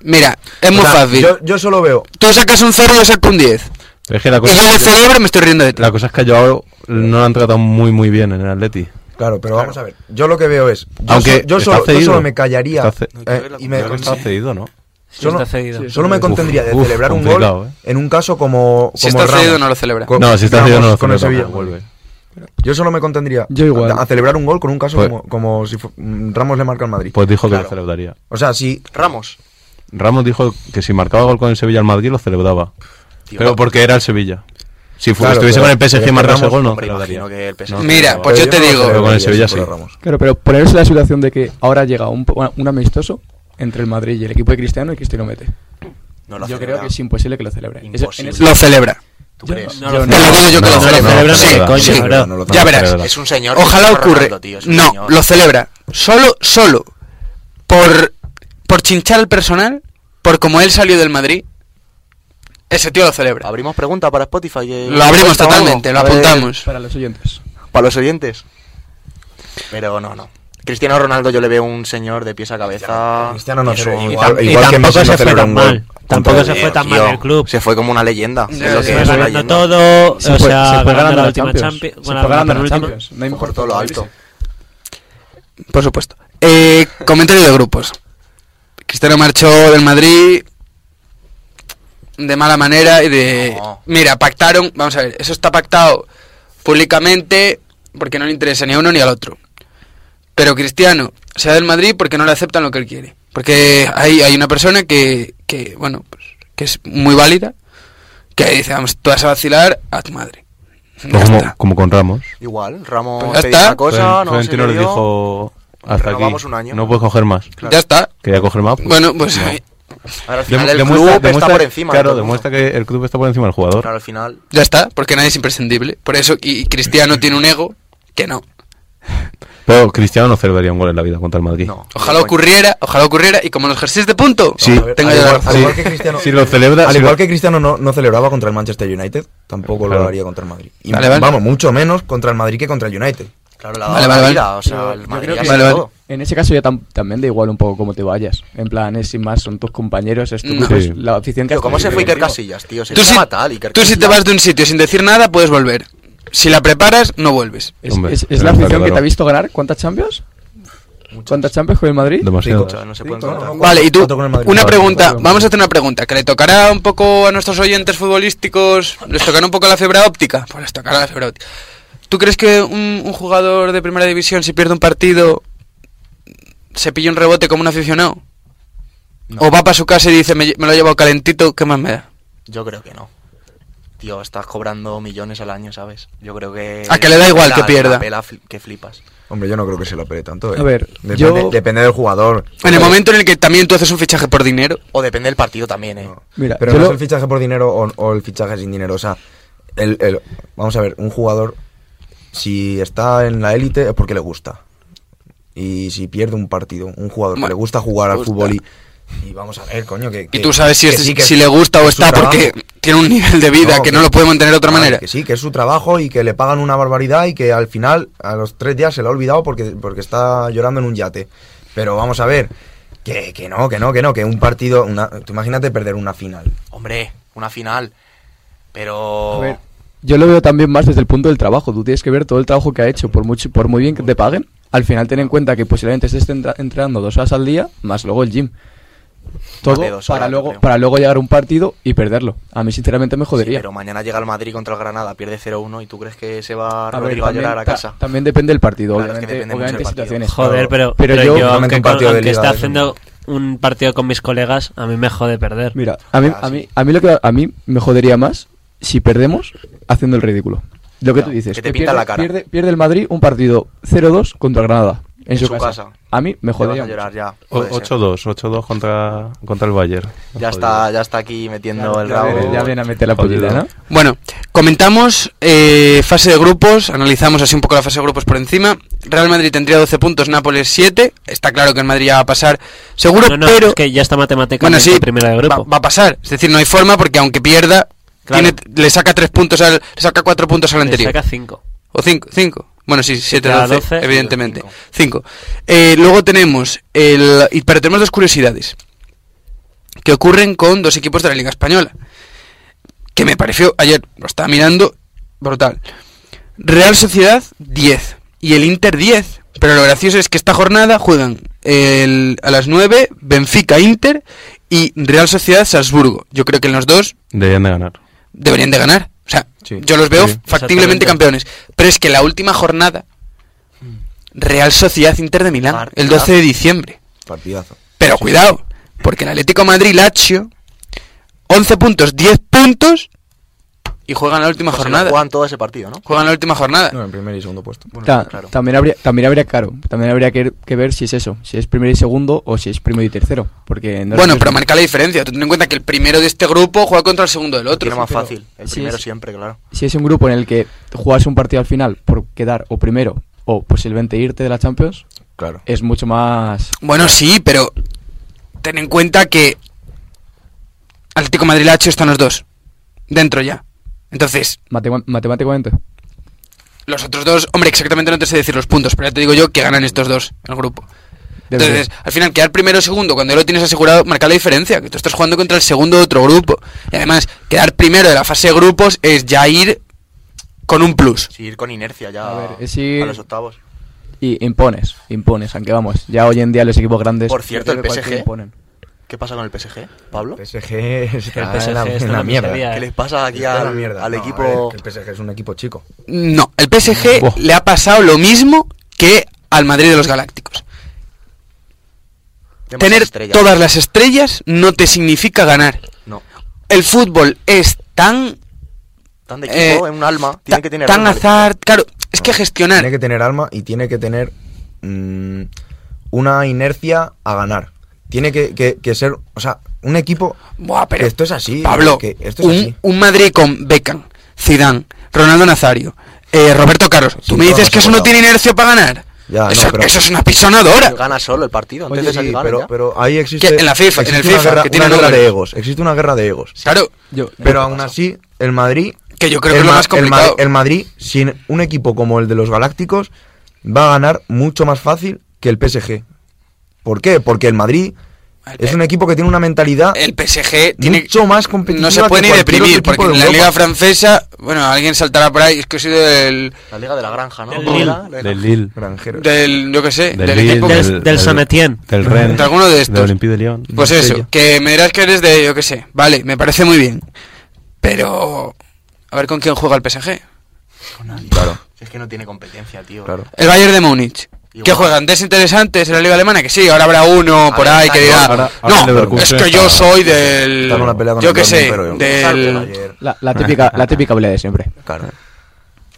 [SPEAKER 3] Mira, es muy
[SPEAKER 6] O sea,
[SPEAKER 3] fácil.
[SPEAKER 6] Yo, yo solo veo.
[SPEAKER 3] Tú sacas un 0 y yo saco un 10.
[SPEAKER 4] Pero es que la
[SPEAKER 3] Y
[SPEAKER 4] cosa,
[SPEAKER 3] yo le celebro y me estoy riendo de ti.
[SPEAKER 4] la cosa es que a Joao no lo han tratado muy, muy bien en el Atleti.
[SPEAKER 6] Claro, pero vamos a ver. Yo lo que veo es. Yo,
[SPEAKER 4] Aunque
[SPEAKER 6] so- yo,
[SPEAKER 4] está
[SPEAKER 6] solo, yo
[SPEAKER 4] cedido.
[SPEAKER 6] solo me callaría.
[SPEAKER 4] Está ce-
[SPEAKER 5] No, hay que
[SPEAKER 6] eh,
[SPEAKER 5] ver la
[SPEAKER 6] y me-
[SPEAKER 4] Creo que está cedido, ¿no?
[SPEAKER 7] Sí,
[SPEAKER 6] Solo-
[SPEAKER 7] está cedido.
[SPEAKER 8] sí,
[SPEAKER 6] Solo me contendría de
[SPEAKER 4] Uf,
[SPEAKER 6] celebrar un gol
[SPEAKER 4] complicado, ¿eh?
[SPEAKER 6] en un caso como.
[SPEAKER 3] Si
[SPEAKER 6] como
[SPEAKER 3] está
[SPEAKER 6] Ramos.
[SPEAKER 3] cedido, no lo celebra.
[SPEAKER 6] Co-
[SPEAKER 4] No, si está
[SPEAKER 6] Ramos
[SPEAKER 4] cedido no lo
[SPEAKER 6] con el
[SPEAKER 4] celebra,
[SPEAKER 6] Sevilla.
[SPEAKER 4] vuelve.
[SPEAKER 6] Yo solo me contendría
[SPEAKER 8] Yo igual.
[SPEAKER 6] a, a celebrar un gol con un caso
[SPEAKER 4] Pues-
[SPEAKER 6] como, como si fu- mm, Ramos le marca al Madrid.
[SPEAKER 4] Pues dijo que
[SPEAKER 5] Claro.
[SPEAKER 4] lo celebraría.
[SPEAKER 6] o sea, si
[SPEAKER 5] Ramos.
[SPEAKER 4] Ramos dijo que si marcaba gol con el Sevilla al Madrid lo celebraba.
[SPEAKER 5] tío.
[SPEAKER 4] Pero porque era el Sevilla. Si fu-
[SPEAKER 6] Claro,
[SPEAKER 4] estuviese
[SPEAKER 6] pero-
[SPEAKER 4] con el PSG
[SPEAKER 6] pero
[SPEAKER 4] y marcase
[SPEAKER 6] Ramos,
[SPEAKER 4] gol, no
[SPEAKER 5] hombre,
[SPEAKER 4] celebraría.
[SPEAKER 5] imagino que el PSG
[SPEAKER 4] No
[SPEAKER 3] Mira,
[SPEAKER 4] celebraba.
[SPEAKER 3] pues yo te
[SPEAKER 6] no lo
[SPEAKER 3] digo-
[SPEAKER 6] celebraría
[SPEAKER 4] Pero con el Sevilla
[SPEAKER 6] si fuera
[SPEAKER 4] sí.
[SPEAKER 6] Ramos.
[SPEAKER 8] Claro, pero ponerse en la situación de que ahora llega un, po- un amistoso entre el Madrid y el equipo de Cristiano y Cristiano mete.
[SPEAKER 5] No lo
[SPEAKER 8] yo
[SPEAKER 5] celebra.
[SPEAKER 8] creo que es imposible que lo celebre. Eso- en
[SPEAKER 5] Imposible.
[SPEAKER 8] ese-
[SPEAKER 3] Lo celebra.
[SPEAKER 5] ¿Tú crees?
[SPEAKER 7] No lo
[SPEAKER 3] Te lo digo yo que lo
[SPEAKER 4] No, no lo
[SPEAKER 3] celebra.
[SPEAKER 4] celebra,
[SPEAKER 3] sí,
[SPEAKER 4] no,
[SPEAKER 3] sí.
[SPEAKER 4] coño,
[SPEAKER 6] no, no lo
[SPEAKER 3] ya
[SPEAKER 6] celebra.
[SPEAKER 3] verás.
[SPEAKER 5] Es un señor.
[SPEAKER 3] Ojalá
[SPEAKER 5] Cristiano
[SPEAKER 3] ocurre.
[SPEAKER 5] Ronaldo, tío, es un
[SPEAKER 3] no,
[SPEAKER 5] señor.
[SPEAKER 3] lo celebra. Solo, solo por, por chinchar al personal, por como él salió del Madrid, ese tío lo celebra.
[SPEAKER 5] Abrimos pregunta para Spotify. eh,
[SPEAKER 3] Lo abrimos
[SPEAKER 5] encuesta o algo,
[SPEAKER 3] totalmente, lo
[SPEAKER 5] a ver,
[SPEAKER 3] apuntamos.
[SPEAKER 8] Para los oyentes.
[SPEAKER 5] Para los oyentes. Pero no, no. Cristiano Ronaldo yo le veo un señor de pies a cabeza.
[SPEAKER 6] Cristiano no
[SPEAKER 5] Eso,
[SPEAKER 6] celebra.
[SPEAKER 5] igual-
[SPEAKER 6] Igual-
[SPEAKER 7] y
[SPEAKER 6] igual que
[SPEAKER 7] tampoco
[SPEAKER 6] Messi no
[SPEAKER 7] se fue
[SPEAKER 6] celebra
[SPEAKER 7] tan
[SPEAKER 6] un gol
[SPEAKER 7] mal.
[SPEAKER 6] contra
[SPEAKER 7] Tampoco
[SPEAKER 6] el
[SPEAKER 7] se fue
[SPEAKER 6] Real.
[SPEAKER 7] tan mal
[SPEAKER 5] Tío,
[SPEAKER 7] el club.
[SPEAKER 5] Se fue como una leyenda.
[SPEAKER 3] Sí,
[SPEAKER 5] es lo
[SPEAKER 3] sí,
[SPEAKER 5] que
[SPEAKER 7] Se
[SPEAKER 5] es
[SPEAKER 7] fue
[SPEAKER 5] una
[SPEAKER 7] ganando
[SPEAKER 5] leyenda.
[SPEAKER 7] todo, o
[SPEAKER 8] fue-
[SPEAKER 7] sea,
[SPEAKER 8] fue
[SPEAKER 7] ganando la
[SPEAKER 8] la
[SPEAKER 7] última
[SPEAKER 8] Champions.
[SPEAKER 7] Champions.
[SPEAKER 8] Se
[SPEAKER 7] bueno,
[SPEAKER 8] fue
[SPEAKER 7] la
[SPEAKER 8] ganando la
[SPEAKER 7] penúltima.
[SPEAKER 8] Champions. No
[SPEAKER 5] Por
[SPEAKER 8] importa.
[SPEAKER 5] todo lo alto.
[SPEAKER 3] Por supuesto. Eh, comentario de grupos. Cristiano marchó del Madrid de mala manera y de...
[SPEAKER 5] No.
[SPEAKER 3] Mira, pactaron, vamos a ver, eso está pactado públicamente porque no le interesa ni a uno ni al otro. Pero Cristiano se va del Madrid porque no le aceptan lo que él quiere. Porque hay, hay una persona que, que, bueno, pues, que es muy válida, que dice, vamos, tú vas a vacilar a tu madre. Ya
[SPEAKER 4] Pues como,
[SPEAKER 3] está.
[SPEAKER 4] como con Ramos.
[SPEAKER 5] Igual, Ramos
[SPEAKER 3] Pues ya
[SPEAKER 5] te dice
[SPEAKER 3] está.
[SPEAKER 5] una cosa, no se
[SPEAKER 4] Florentino
[SPEAKER 5] le
[SPEAKER 4] les
[SPEAKER 5] dio.
[SPEAKER 4] dijo hasta aquí.
[SPEAKER 5] renovamos un año".
[SPEAKER 4] No puedes coger más.
[SPEAKER 5] Claro.
[SPEAKER 3] Ya está.
[SPEAKER 4] Quería coger más. pues,
[SPEAKER 3] Bueno, pues...
[SPEAKER 4] no.
[SPEAKER 5] A ver, al
[SPEAKER 4] Dem-
[SPEAKER 5] final el
[SPEAKER 4] demuestra-
[SPEAKER 5] club está
[SPEAKER 4] demuestra-
[SPEAKER 5] por encima. de
[SPEAKER 4] Claro,
[SPEAKER 5] todo el mundo.
[SPEAKER 4] demuestra que el club está por encima del jugador.
[SPEAKER 5] Claro, al final.
[SPEAKER 3] Ya está, porque nadie es imprescindible. Por eso, y y Cristiano tiene un ego que no.
[SPEAKER 4] Pero Cristiano no celebraría un gol en la vida contra el Madrid.
[SPEAKER 5] No.
[SPEAKER 3] Ojalá
[SPEAKER 5] Coño.
[SPEAKER 3] ocurriera, ojalá ocurriera, y como nos ejercís de punto,
[SPEAKER 4] Sí.
[SPEAKER 3] tengo
[SPEAKER 6] Al
[SPEAKER 3] yo la
[SPEAKER 6] igual-
[SPEAKER 3] razón.
[SPEAKER 6] al igual
[SPEAKER 4] Sí.
[SPEAKER 6] que Cristiano-
[SPEAKER 4] Si lo celebra,
[SPEAKER 6] Al
[SPEAKER 4] si
[SPEAKER 6] igual
[SPEAKER 4] lo-
[SPEAKER 6] que Cristiano no, no celebraba contra el Manchester United, tampoco
[SPEAKER 4] Claro.
[SPEAKER 6] lo haría contra el Madrid. Y
[SPEAKER 3] Vale, vale.
[SPEAKER 6] vamos, mucho menos contra el Madrid que contra el United.
[SPEAKER 5] Claro, la,
[SPEAKER 3] Vale,
[SPEAKER 5] la
[SPEAKER 3] vale, vale.
[SPEAKER 5] vida, o sea, el
[SPEAKER 8] Yo
[SPEAKER 5] Madrid
[SPEAKER 8] creo
[SPEAKER 5] ha
[SPEAKER 8] que-
[SPEAKER 5] sido
[SPEAKER 3] Vale, vale.
[SPEAKER 5] todo.
[SPEAKER 8] En ese caso ya tam- también da igual un poco cómo te vayas. En plan, es sin más, son tus compañeros, es tu
[SPEAKER 3] No.
[SPEAKER 8] club, es
[SPEAKER 4] Mm. Sí.
[SPEAKER 8] la afición que
[SPEAKER 5] Tío,
[SPEAKER 8] has
[SPEAKER 5] ¿Cómo se
[SPEAKER 8] tenido
[SPEAKER 5] fue Iker
[SPEAKER 8] contigo.
[SPEAKER 5] Casillas, tío? Se
[SPEAKER 3] Tú si,
[SPEAKER 5] fatal, Iker
[SPEAKER 3] tú si te vas de un sitio sin decir nada, puedes volver. Si la preparas, no vuelves.
[SPEAKER 8] Es,
[SPEAKER 4] Hombre,
[SPEAKER 8] es- es
[SPEAKER 4] pero está
[SPEAKER 8] la afición que
[SPEAKER 4] claro.
[SPEAKER 8] te ha visto ganar. ¿Cuántas Champions? ¿Cuántas Champions con el Madrid?
[SPEAKER 4] Demasiado.
[SPEAKER 5] Casillas. No se
[SPEAKER 6] Sí,
[SPEAKER 5] pueden
[SPEAKER 6] todo,
[SPEAKER 5] contar.
[SPEAKER 6] no,
[SPEAKER 3] Vale, y tú,
[SPEAKER 6] Otro con el Madrid.
[SPEAKER 3] una
[SPEAKER 6] Vale,
[SPEAKER 3] pregunta,
[SPEAKER 6] otro con el
[SPEAKER 3] vamos a
[SPEAKER 6] Madrid.
[SPEAKER 3] hacer una pregunta, que le tocará un poco a nuestros oyentes futbolísticos, les tocará un poco la fibra óptica, pues les tocará la fibra óptica. ¿Tú crees que un, un jugador de primera división, si pierde un partido, se pilla un rebote como un aficionado? ¿O va para su casa y dice, me, lle- me lo he llevado calentito, qué más me da?
[SPEAKER 5] Yo creo que no. Tío, estás cobrando millones al año, ¿sabes? Yo creo que.
[SPEAKER 3] A que le da igual que
[SPEAKER 5] la-
[SPEAKER 3] pierda.
[SPEAKER 5] la pela fl- que flipas.
[SPEAKER 6] Hombre, yo no creo que se lo pere tanto. eh.
[SPEAKER 8] A ver,
[SPEAKER 6] Depende,
[SPEAKER 8] yo-
[SPEAKER 6] depende del jugador.
[SPEAKER 3] En el momento en el que también tú haces un fichaje por dinero,
[SPEAKER 5] O depende del partido también, ¿eh?
[SPEAKER 6] No.
[SPEAKER 8] Mira,
[SPEAKER 6] pero
[SPEAKER 8] yo
[SPEAKER 6] no
[SPEAKER 8] lo-
[SPEAKER 6] es el fichaje por dinero o, o el fichaje sin dinero. O sea, el, el- vamos a ver, un jugador, si está en la élite es porque le gusta. Y si pierde un partido, un jugador
[SPEAKER 3] Ma-
[SPEAKER 6] que le gusta jugar al
[SPEAKER 3] gusta.
[SPEAKER 6] fútbol y, y vamos a ver, coño, que...
[SPEAKER 3] y
[SPEAKER 6] que-
[SPEAKER 3] tú sabes si,
[SPEAKER 6] que
[SPEAKER 3] es-
[SPEAKER 6] sí, que
[SPEAKER 3] si
[SPEAKER 6] es-
[SPEAKER 3] le gusta o
[SPEAKER 6] es su
[SPEAKER 3] está porque
[SPEAKER 6] trabajo.
[SPEAKER 3] tiene un nivel de vida
[SPEAKER 6] No,
[SPEAKER 3] que
[SPEAKER 6] que-
[SPEAKER 3] no lo puede mantener de otra
[SPEAKER 6] Vale,
[SPEAKER 3] manera.
[SPEAKER 6] Que sí, que es su trabajo y que le pagan una barbaridad y que al final, a los tres días, se lo ha olvidado porque, porque está llorando en un yate. Pero vamos a ver, que, que no, que no, que no, que un partido... Una, tú imagínate perder una final.
[SPEAKER 5] Hombre, una final.
[SPEAKER 8] A
[SPEAKER 5] Pero.
[SPEAKER 8] ver, yo lo veo también más desde el punto del trabajo. Tú tienes que ver todo el trabajo que ha hecho, por, mucho, por muy bien que te paguen. Al final, ten en cuenta que posiblemente estés entra- entrenando dos horas al día, más luego el gym. Todo
[SPEAKER 5] de dos
[SPEAKER 8] para,
[SPEAKER 5] horas, yo
[SPEAKER 8] luego,
[SPEAKER 5] creo.
[SPEAKER 8] para luego llegar a un partido y perderlo. A mí, sinceramente, me
[SPEAKER 5] Sí,
[SPEAKER 8] jodería.
[SPEAKER 5] pero mañana llega el Madrid contra el Granada, pierde 0-1 y tú crees que se va
[SPEAKER 8] A ver,
[SPEAKER 5] Rodrigo
[SPEAKER 8] también
[SPEAKER 5] a llorar a
[SPEAKER 8] ta-
[SPEAKER 5] casa.
[SPEAKER 8] también depende del partido,
[SPEAKER 5] Claro, es que
[SPEAKER 8] obviamente,
[SPEAKER 5] depende mucho
[SPEAKER 8] obviamente
[SPEAKER 5] del partido.
[SPEAKER 8] situaciones.
[SPEAKER 7] Joder, pero,
[SPEAKER 8] Pero
[SPEAKER 7] pero
[SPEAKER 8] yo-
[SPEAKER 7] yo,
[SPEAKER 8] Normalmente
[SPEAKER 7] aunque,
[SPEAKER 6] un partido de
[SPEAKER 7] aunque
[SPEAKER 6] liga
[SPEAKER 7] esté
[SPEAKER 6] es un-
[SPEAKER 7] haciendo un partido con mis colegas, a mí me jode perder.
[SPEAKER 8] Mira, a mí, a, mí, a mí lo que a mí me jodería más si perdemos haciendo el ridículo. Lo que
[SPEAKER 5] Ya,
[SPEAKER 8] tú dices,
[SPEAKER 5] que te pinta
[SPEAKER 8] pierde,
[SPEAKER 5] la cara.
[SPEAKER 8] Pierde, pierde el Madrid un partido 0-2 contra el Granada en, su, casa. A mí me
[SPEAKER 5] Te vas
[SPEAKER 8] jodería.
[SPEAKER 5] a llorar
[SPEAKER 8] mucho.
[SPEAKER 5] ya.
[SPEAKER 4] O-
[SPEAKER 5] puede ser.
[SPEAKER 4] 8-2, 8-2 contra, contra el Bayern.
[SPEAKER 5] Ya está, ya está aquí metiendo el
[SPEAKER 8] Ya
[SPEAKER 5] rabo.
[SPEAKER 8] viene- ya viene a meter la
[SPEAKER 4] Jodido.
[SPEAKER 8] pollita, ¿no?
[SPEAKER 3] Bueno, comentamos eh, fase de grupos, analizamos así un poco la fase de grupos por encima. Real Madrid tendría 12 puntos, Nápoles 7. Está claro que el Madrid ya va a pasar, seguro,
[SPEAKER 7] No, no,
[SPEAKER 3] pero
[SPEAKER 7] es que ya está matemática
[SPEAKER 3] bueno, sí,
[SPEAKER 7] primera de
[SPEAKER 3] va,
[SPEAKER 7] grupo.
[SPEAKER 3] va a pasar. Es decir, no hay forma porque aunque pierda,
[SPEAKER 7] Claro.
[SPEAKER 3] tiene- le saca tres puntos al, le saca 4 puntos al
[SPEAKER 7] Le
[SPEAKER 3] anterior.
[SPEAKER 7] saca 5.
[SPEAKER 3] O 5, 5. Bueno, sí, 7,
[SPEAKER 7] queda
[SPEAKER 3] 12,
[SPEAKER 7] 12,
[SPEAKER 3] evidentemente.
[SPEAKER 5] cinco.
[SPEAKER 3] 5. luego tenemos, el, y- pero tenemos dos curiosidades que ocurren con dos equipos de la Liga Española. Que me pareció, ayer lo estaba mirando, brutal. Real Sociedad 10 y el Inter 10. Pero lo gracioso es que esta jornada juegan el- a las 9 Benfica-Inter y Real Sociedad-Salzburgo. Yo creo que en los dos
[SPEAKER 4] Deberían de ganar.
[SPEAKER 3] deberían de ganar. O sea,
[SPEAKER 6] Sí.
[SPEAKER 3] yo los veo
[SPEAKER 4] Sí.
[SPEAKER 3] factiblemente
[SPEAKER 7] Exactamente.
[SPEAKER 3] campeones. Pero es que la última jornada, Real Sociedad Inter de Milán, el 12 de diciembre.
[SPEAKER 6] Partidazo.
[SPEAKER 3] Pero cuidado, porque el Atlético Madrid Lazio, 11 puntos, 10 puntos, y juegan la última
[SPEAKER 5] O sea,
[SPEAKER 3] jornada.
[SPEAKER 5] Pues Juegan todo ese partido, ¿no?
[SPEAKER 3] Juegan la última jornada.
[SPEAKER 6] No, en primer y segundo puesto.
[SPEAKER 8] Ta-
[SPEAKER 5] claro.
[SPEAKER 8] también, habría, también habría caro. También habría que, que ver si es eso. Si es primero y segundo o si es primero y tercero. Porque no es
[SPEAKER 3] bueno,
[SPEAKER 8] lo
[SPEAKER 3] pero
[SPEAKER 8] mismo.
[SPEAKER 3] marca la diferencia. Tú ten en cuenta que el primero de este grupo juega contra el segundo del otro.
[SPEAKER 5] Tiene más fácil. El
[SPEAKER 8] Sí,
[SPEAKER 5] primero
[SPEAKER 8] es-
[SPEAKER 5] siempre, claro.
[SPEAKER 8] Si es un grupo en el que juegas un partido al final por quedar o primero o posiblemente irte de la Champions,
[SPEAKER 6] Claro.
[SPEAKER 8] es mucho más.
[SPEAKER 3] Bueno, sí, pero ten en cuenta que Atlético de Madrid la ha hecho están los dos. Dentro ya. Entonces,
[SPEAKER 8] matema- matemáticamente.
[SPEAKER 3] los otros dos, hombre, exactamente no te sé decir los puntos, pero ya te digo yo que ganan estos dos en el grupo.
[SPEAKER 8] Debería.
[SPEAKER 3] Entonces, al final, quedar primero o segundo, cuando ya lo tienes asegurado, marca la diferencia, que tú estás jugando contra el segundo de otro grupo. Y además, quedar primero de la fase de grupos es ya ir con un plus.
[SPEAKER 5] Sí, ir con inercia ya
[SPEAKER 8] A ver, es ir-
[SPEAKER 5] a los octavos.
[SPEAKER 8] Y impones, impones, aunque vamos. Ya hoy en día los equipos grandes.
[SPEAKER 5] Por cierto,
[SPEAKER 8] yo
[SPEAKER 5] el
[SPEAKER 8] creo que cualquiera
[SPEAKER 5] PSG.
[SPEAKER 8] imponen.
[SPEAKER 5] ¿Qué pasa con el PSG, Pablo?
[SPEAKER 6] PSG está,
[SPEAKER 7] El PSG
[SPEAKER 6] en la,
[SPEAKER 7] está
[SPEAKER 6] en
[SPEAKER 7] en
[SPEAKER 6] la
[SPEAKER 7] la
[SPEAKER 6] mierda.
[SPEAKER 7] miseria.
[SPEAKER 5] ¿Qué les pasa aquí
[SPEAKER 6] Está en la
[SPEAKER 5] al,
[SPEAKER 6] mierda.
[SPEAKER 5] al
[SPEAKER 6] No, a
[SPEAKER 5] equipo?
[SPEAKER 6] ver, que el PSG es un equipo chico.
[SPEAKER 3] No, el PSG
[SPEAKER 4] Buah.
[SPEAKER 3] le ha pasado lo mismo que al Madrid de los Galácticos.
[SPEAKER 5] Demasiadas
[SPEAKER 3] Tener
[SPEAKER 5] estrellas.
[SPEAKER 3] todas las estrellas no te significa ganar.
[SPEAKER 5] No.
[SPEAKER 3] El fútbol es tan
[SPEAKER 5] Tan de equipo,
[SPEAKER 3] eh,
[SPEAKER 5] en un alma. Tiene
[SPEAKER 3] ta-
[SPEAKER 5] que tener
[SPEAKER 3] tan
[SPEAKER 5] alma.
[SPEAKER 3] azar, claro, es que
[SPEAKER 6] Tiene
[SPEAKER 3] gestionar.
[SPEAKER 6] que tener alma y tiene que tener mm, una inercia a ganar. Tiene que, que- que ser, o sea, un equipo.
[SPEAKER 3] Buah, pero
[SPEAKER 6] que esto es así.
[SPEAKER 3] Pablo,
[SPEAKER 6] que esto es
[SPEAKER 3] un,
[SPEAKER 6] así.
[SPEAKER 3] un Madrid con Beckham, Zidane, Ronaldo Nazario, eh, Roberto Carlos. Tú me
[SPEAKER 6] todos
[SPEAKER 3] dices
[SPEAKER 6] los
[SPEAKER 3] que eso no
[SPEAKER 6] abogados.
[SPEAKER 3] tiene inercia para ganar.
[SPEAKER 6] Ya,
[SPEAKER 3] eso,
[SPEAKER 6] no, pero-
[SPEAKER 3] eso es una pisonadora.
[SPEAKER 5] Gana solo el partido.
[SPEAKER 6] Oye,
[SPEAKER 5] Antes de
[SPEAKER 6] sí,
[SPEAKER 5] salir gana
[SPEAKER 6] pero,
[SPEAKER 5] ya.
[SPEAKER 6] pero ahí existe.
[SPEAKER 3] Que en la FIFA, en
[SPEAKER 6] existe
[SPEAKER 3] el
[SPEAKER 6] una
[SPEAKER 3] FIFA,
[SPEAKER 6] guerra,
[SPEAKER 3] que tiene
[SPEAKER 6] una guerra
[SPEAKER 3] números.
[SPEAKER 6] de egos. Existe una guerra de egos.
[SPEAKER 3] Claro,
[SPEAKER 8] Yo,
[SPEAKER 6] Pero aún así, el Madrid.
[SPEAKER 3] que yo creo
[SPEAKER 6] el
[SPEAKER 3] que es lo
[SPEAKER 6] Ma-
[SPEAKER 3] más
[SPEAKER 6] el Ma-
[SPEAKER 3] complicado.
[SPEAKER 6] El, Madrid, sin un equipo como el de los Galácticos, va a ganar mucho más fácil que el PSG. ¿Por qué? Porque el Madrid
[SPEAKER 3] El
[SPEAKER 6] es
[SPEAKER 3] P-
[SPEAKER 6] un equipo que tiene una mentalidad.
[SPEAKER 3] el PSG tiene
[SPEAKER 6] mucho más competitiva
[SPEAKER 3] No se puede
[SPEAKER 6] que
[SPEAKER 3] ni
[SPEAKER 6] cualquier
[SPEAKER 3] deprimir
[SPEAKER 6] otro equipo
[SPEAKER 3] porque
[SPEAKER 6] de
[SPEAKER 3] en la
[SPEAKER 6] Europa.
[SPEAKER 3] liga francesa, bueno, alguien saltará por ahí, es que soy del
[SPEAKER 5] La Liga de la Granja, ¿no?
[SPEAKER 7] Del
[SPEAKER 5] ¿Cómo
[SPEAKER 7] Lille.
[SPEAKER 5] era? La
[SPEAKER 4] Del Lille.
[SPEAKER 6] Granjeros.
[SPEAKER 3] del yo qué sé, del,
[SPEAKER 4] Lille,
[SPEAKER 3] equipo
[SPEAKER 7] Del- del San Etienne.
[SPEAKER 4] Del Rennes.
[SPEAKER 3] De alguno de estos.
[SPEAKER 4] Del Olympique de Lyon.
[SPEAKER 3] Pues
[SPEAKER 6] No sé
[SPEAKER 3] eso,
[SPEAKER 6] yo.
[SPEAKER 3] que me dirás que eres de, yo qué sé, vale, me parece muy bien. Pero, a ver con quién juega el PSG.
[SPEAKER 6] Claro,
[SPEAKER 5] Es que no tiene competencia, tío.
[SPEAKER 6] claro.
[SPEAKER 3] El Bayern de Múnich. Que
[SPEAKER 5] Igual.
[SPEAKER 3] juegan desinteresantes en la liga alemana, que sí, ahora habrá uno por ahí que dirá,
[SPEAKER 4] Ahora- ahora el
[SPEAKER 3] no, es
[SPEAKER 4] Leverkusen
[SPEAKER 3] que yo
[SPEAKER 4] está-
[SPEAKER 3] soy del,
[SPEAKER 6] Está en una pelea con
[SPEAKER 3] yo
[SPEAKER 6] el
[SPEAKER 3] qué sé,
[SPEAKER 6] Dortmund, pero-
[SPEAKER 3] del,
[SPEAKER 6] Ayer,
[SPEAKER 8] la, la típica, la típica pelea de siempre.
[SPEAKER 6] claro.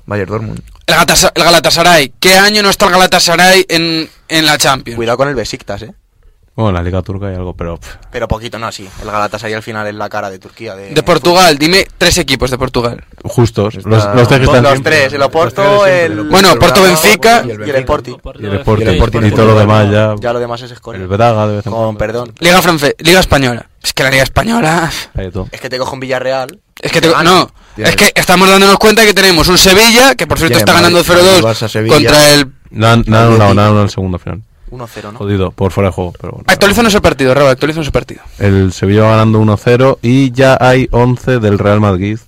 [SPEAKER 6] Bayern Dortmund.
[SPEAKER 3] el Gatas- el Galatasaray. ¿Qué año no está el Galatasaray en, en la Champions?
[SPEAKER 5] Cuidado con el Besiktas, ¿eh?
[SPEAKER 4] Bueno, la Liga Turca y algo, pero. pff,
[SPEAKER 5] Pero poquito, no, sí. El Galatasaray al final es la cara de Turquía. De,
[SPEAKER 3] De Portugal, dime tres equipos de Portugal.
[SPEAKER 4] justos.
[SPEAKER 6] Está-
[SPEAKER 4] Los, los tres que
[SPEAKER 5] Los,
[SPEAKER 4] están
[SPEAKER 5] los
[SPEAKER 4] siempre.
[SPEAKER 5] tres, el
[SPEAKER 4] Los
[SPEAKER 5] Oporto,
[SPEAKER 4] tres de
[SPEAKER 5] el.
[SPEAKER 4] siempre.
[SPEAKER 3] Bueno, Porto, Benfica.
[SPEAKER 5] y
[SPEAKER 4] Y
[SPEAKER 5] el Sporting.
[SPEAKER 4] el Sporting.
[SPEAKER 6] Y el Sporting.
[SPEAKER 4] Y todo lo demás ya.
[SPEAKER 5] Ya lo demás es
[SPEAKER 4] El
[SPEAKER 5] escoria.
[SPEAKER 4] Braga de vez en
[SPEAKER 5] Con
[SPEAKER 4] cuando.
[SPEAKER 5] perdón.
[SPEAKER 3] Liga France, Liga española. Es que la Liga española
[SPEAKER 4] Ahí todo.
[SPEAKER 5] Es que te cojo un Villarreal.
[SPEAKER 3] es que te-
[SPEAKER 5] gana.
[SPEAKER 3] no,
[SPEAKER 6] Tiene-
[SPEAKER 3] es que estamos dándonos cuenta que tenemos un Sevilla que por cierto
[SPEAKER 6] Tiene
[SPEAKER 3] está ganando
[SPEAKER 6] Madrid, Barça,
[SPEAKER 3] 0-2
[SPEAKER 6] Sevilla.
[SPEAKER 3] contra el
[SPEAKER 4] Nada, nada, nada, nada, nada, el segundo final.
[SPEAKER 5] 1-0, ¿no?
[SPEAKER 4] Jodido, por fuera de juego. Pero bueno.
[SPEAKER 3] Actualízanos el partido, Raúl, actualízanos el partido.
[SPEAKER 4] El Sevilla va ganando 1-0 y ya hay 11 del Real Madrid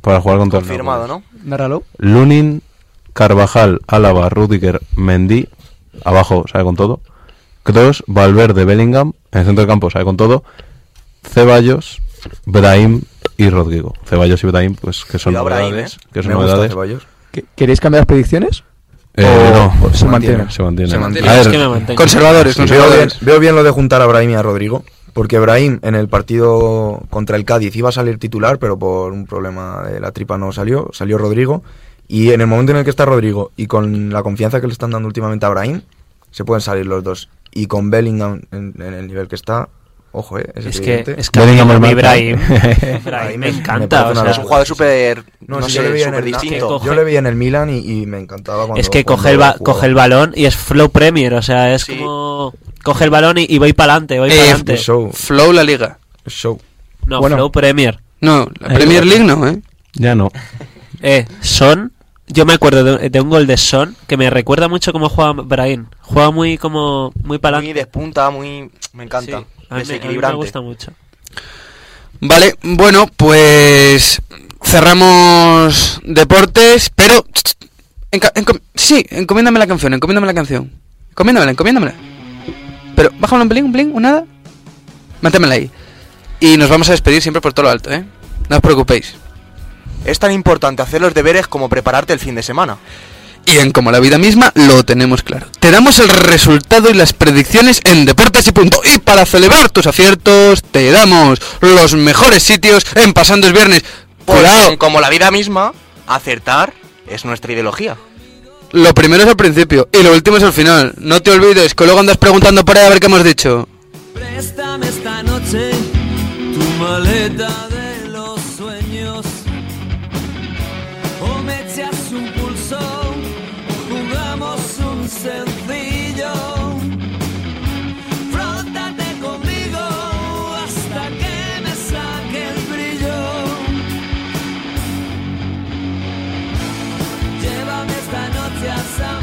[SPEAKER 4] para jugar contra
[SPEAKER 5] Confirmado,
[SPEAKER 4] el
[SPEAKER 5] ¿no?
[SPEAKER 8] Nárralo.
[SPEAKER 4] Nápoles. Lunin, Carvajal, Álava, Rudiger, Mendy, abajo sale con todo. Kroos, Valverde, Bellingham, en el centro del campo sale con todo. Ceballos, Brahim y Rodrigo. Ceballos y Brahim, pues que son
[SPEAKER 5] Cuidado, Brahim,
[SPEAKER 4] novedades.
[SPEAKER 5] ¿eh?
[SPEAKER 4] Que son
[SPEAKER 6] Me gusta
[SPEAKER 4] novedades.
[SPEAKER 6] Ceballos.
[SPEAKER 8] ¿Que- ¿Queréis cambiar las predicciones?
[SPEAKER 4] Eh,
[SPEAKER 6] O-
[SPEAKER 4] no,
[SPEAKER 6] o
[SPEAKER 8] se mantiene.
[SPEAKER 4] se mantiene.
[SPEAKER 6] Se mantiene.
[SPEAKER 4] A ver,
[SPEAKER 7] Es que me mantengo.
[SPEAKER 3] Conservadores,
[SPEAKER 4] Sí,
[SPEAKER 6] Veo bien,
[SPEAKER 3] conservadores.
[SPEAKER 6] veo bien lo de juntar a Brahim y a Rodrigo, porque Brahim en el partido contra el Cádiz iba a salir titular, pero por un problema de la tripa no salió, salió Rodrigo. Y en el momento en el que está Rodrigo y con la confianza que le están dando últimamente a Brahim, se pueden salir los dos. Y con Bellingham en, en el nivel que está, ojo, eh, es,
[SPEAKER 7] Es que,
[SPEAKER 6] evidente.
[SPEAKER 7] es que
[SPEAKER 4] Bellingham
[SPEAKER 7] a mí
[SPEAKER 4] al marca.
[SPEAKER 7] Ibrahim, Ibrahim me
[SPEAKER 6] me
[SPEAKER 7] encanta.
[SPEAKER 6] parece
[SPEAKER 7] o
[SPEAKER 6] una
[SPEAKER 7] sea,
[SPEAKER 5] Es un jugador súper. No,
[SPEAKER 6] No, si yo le
[SPEAKER 5] sé,
[SPEAKER 6] veía en
[SPEAKER 5] súper
[SPEAKER 6] el-
[SPEAKER 5] distinto.
[SPEAKER 6] Yo le veía en el Milan y, y me encantaba cuando
[SPEAKER 7] es que
[SPEAKER 6] cuando
[SPEAKER 7] coge el, ba-
[SPEAKER 6] jugaba.
[SPEAKER 7] coge el balón y es flow premier, o sea, es
[SPEAKER 5] Sí.
[SPEAKER 7] como... Coge el balón y, y voy para adelante, voy
[SPEAKER 3] Eh,
[SPEAKER 7] para adelante.
[SPEAKER 6] Show,
[SPEAKER 3] Flow la Liga.
[SPEAKER 6] show.
[SPEAKER 7] No,
[SPEAKER 8] Bueno.
[SPEAKER 7] flow premier.
[SPEAKER 3] No, la
[SPEAKER 7] Ahí
[SPEAKER 3] Premier
[SPEAKER 7] va.
[SPEAKER 3] League no, ¿eh?
[SPEAKER 4] ya no.
[SPEAKER 7] Eh, Son, yo me acuerdo de, de un gol de Son que me recuerda mucho cómo juega Brahim. Juega muy como... Muy para
[SPEAKER 5] Muy
[SPEAKER 7] adelante.
[SPEAKER 5] despunta, muy. Me encanta.
[SPEAKER 7] a mí me- a mí me
[SPEAKER 5] Desequilibrante.
[SPEAKER 7] gusta mucho.
[SPEAKER 3] Vale, bueno, pues cerramos deportes, pero enca- encom- sí, encomiéndame la canción, encomiéndame la canción. Encomiéndamela, encomiéndamela. Pero bájame un pelín, un pelín, un nada. Mantémela ahí. Y nos vamos a despedir siempre por todo lo alto, ¿eh? No os preocupéis.
[SPEAKER 5] Es tan importante hacer los deberes como prepararte el fin de semana.
[SPEAKER 3] Y en como la vida misma lo tenemos claro. Te damos el resultado y las predicciones en Deportes y Punto. Y para celebrar tus aciertos te damos los mejores sitios en Pasando es Viernes.
[SPEAKER 5] Porque,
[SPEAKER 3] Cuidado.
[SPEAKER 5] como la vida misma, acertar es nuestra ideología.
[SPEAKER 3] Lo primero es el principio y lo último es el final. No te olvides que luego andas preguntando por ahí a ver qué hemos dicho.
[SPEAKER 1] Préstame esta noche tu maleta de los sueños. O me echas un pulso, o jugamos un sencillo. Frótate conmigo hasta que me saque el brillo. Llévame esta noche a San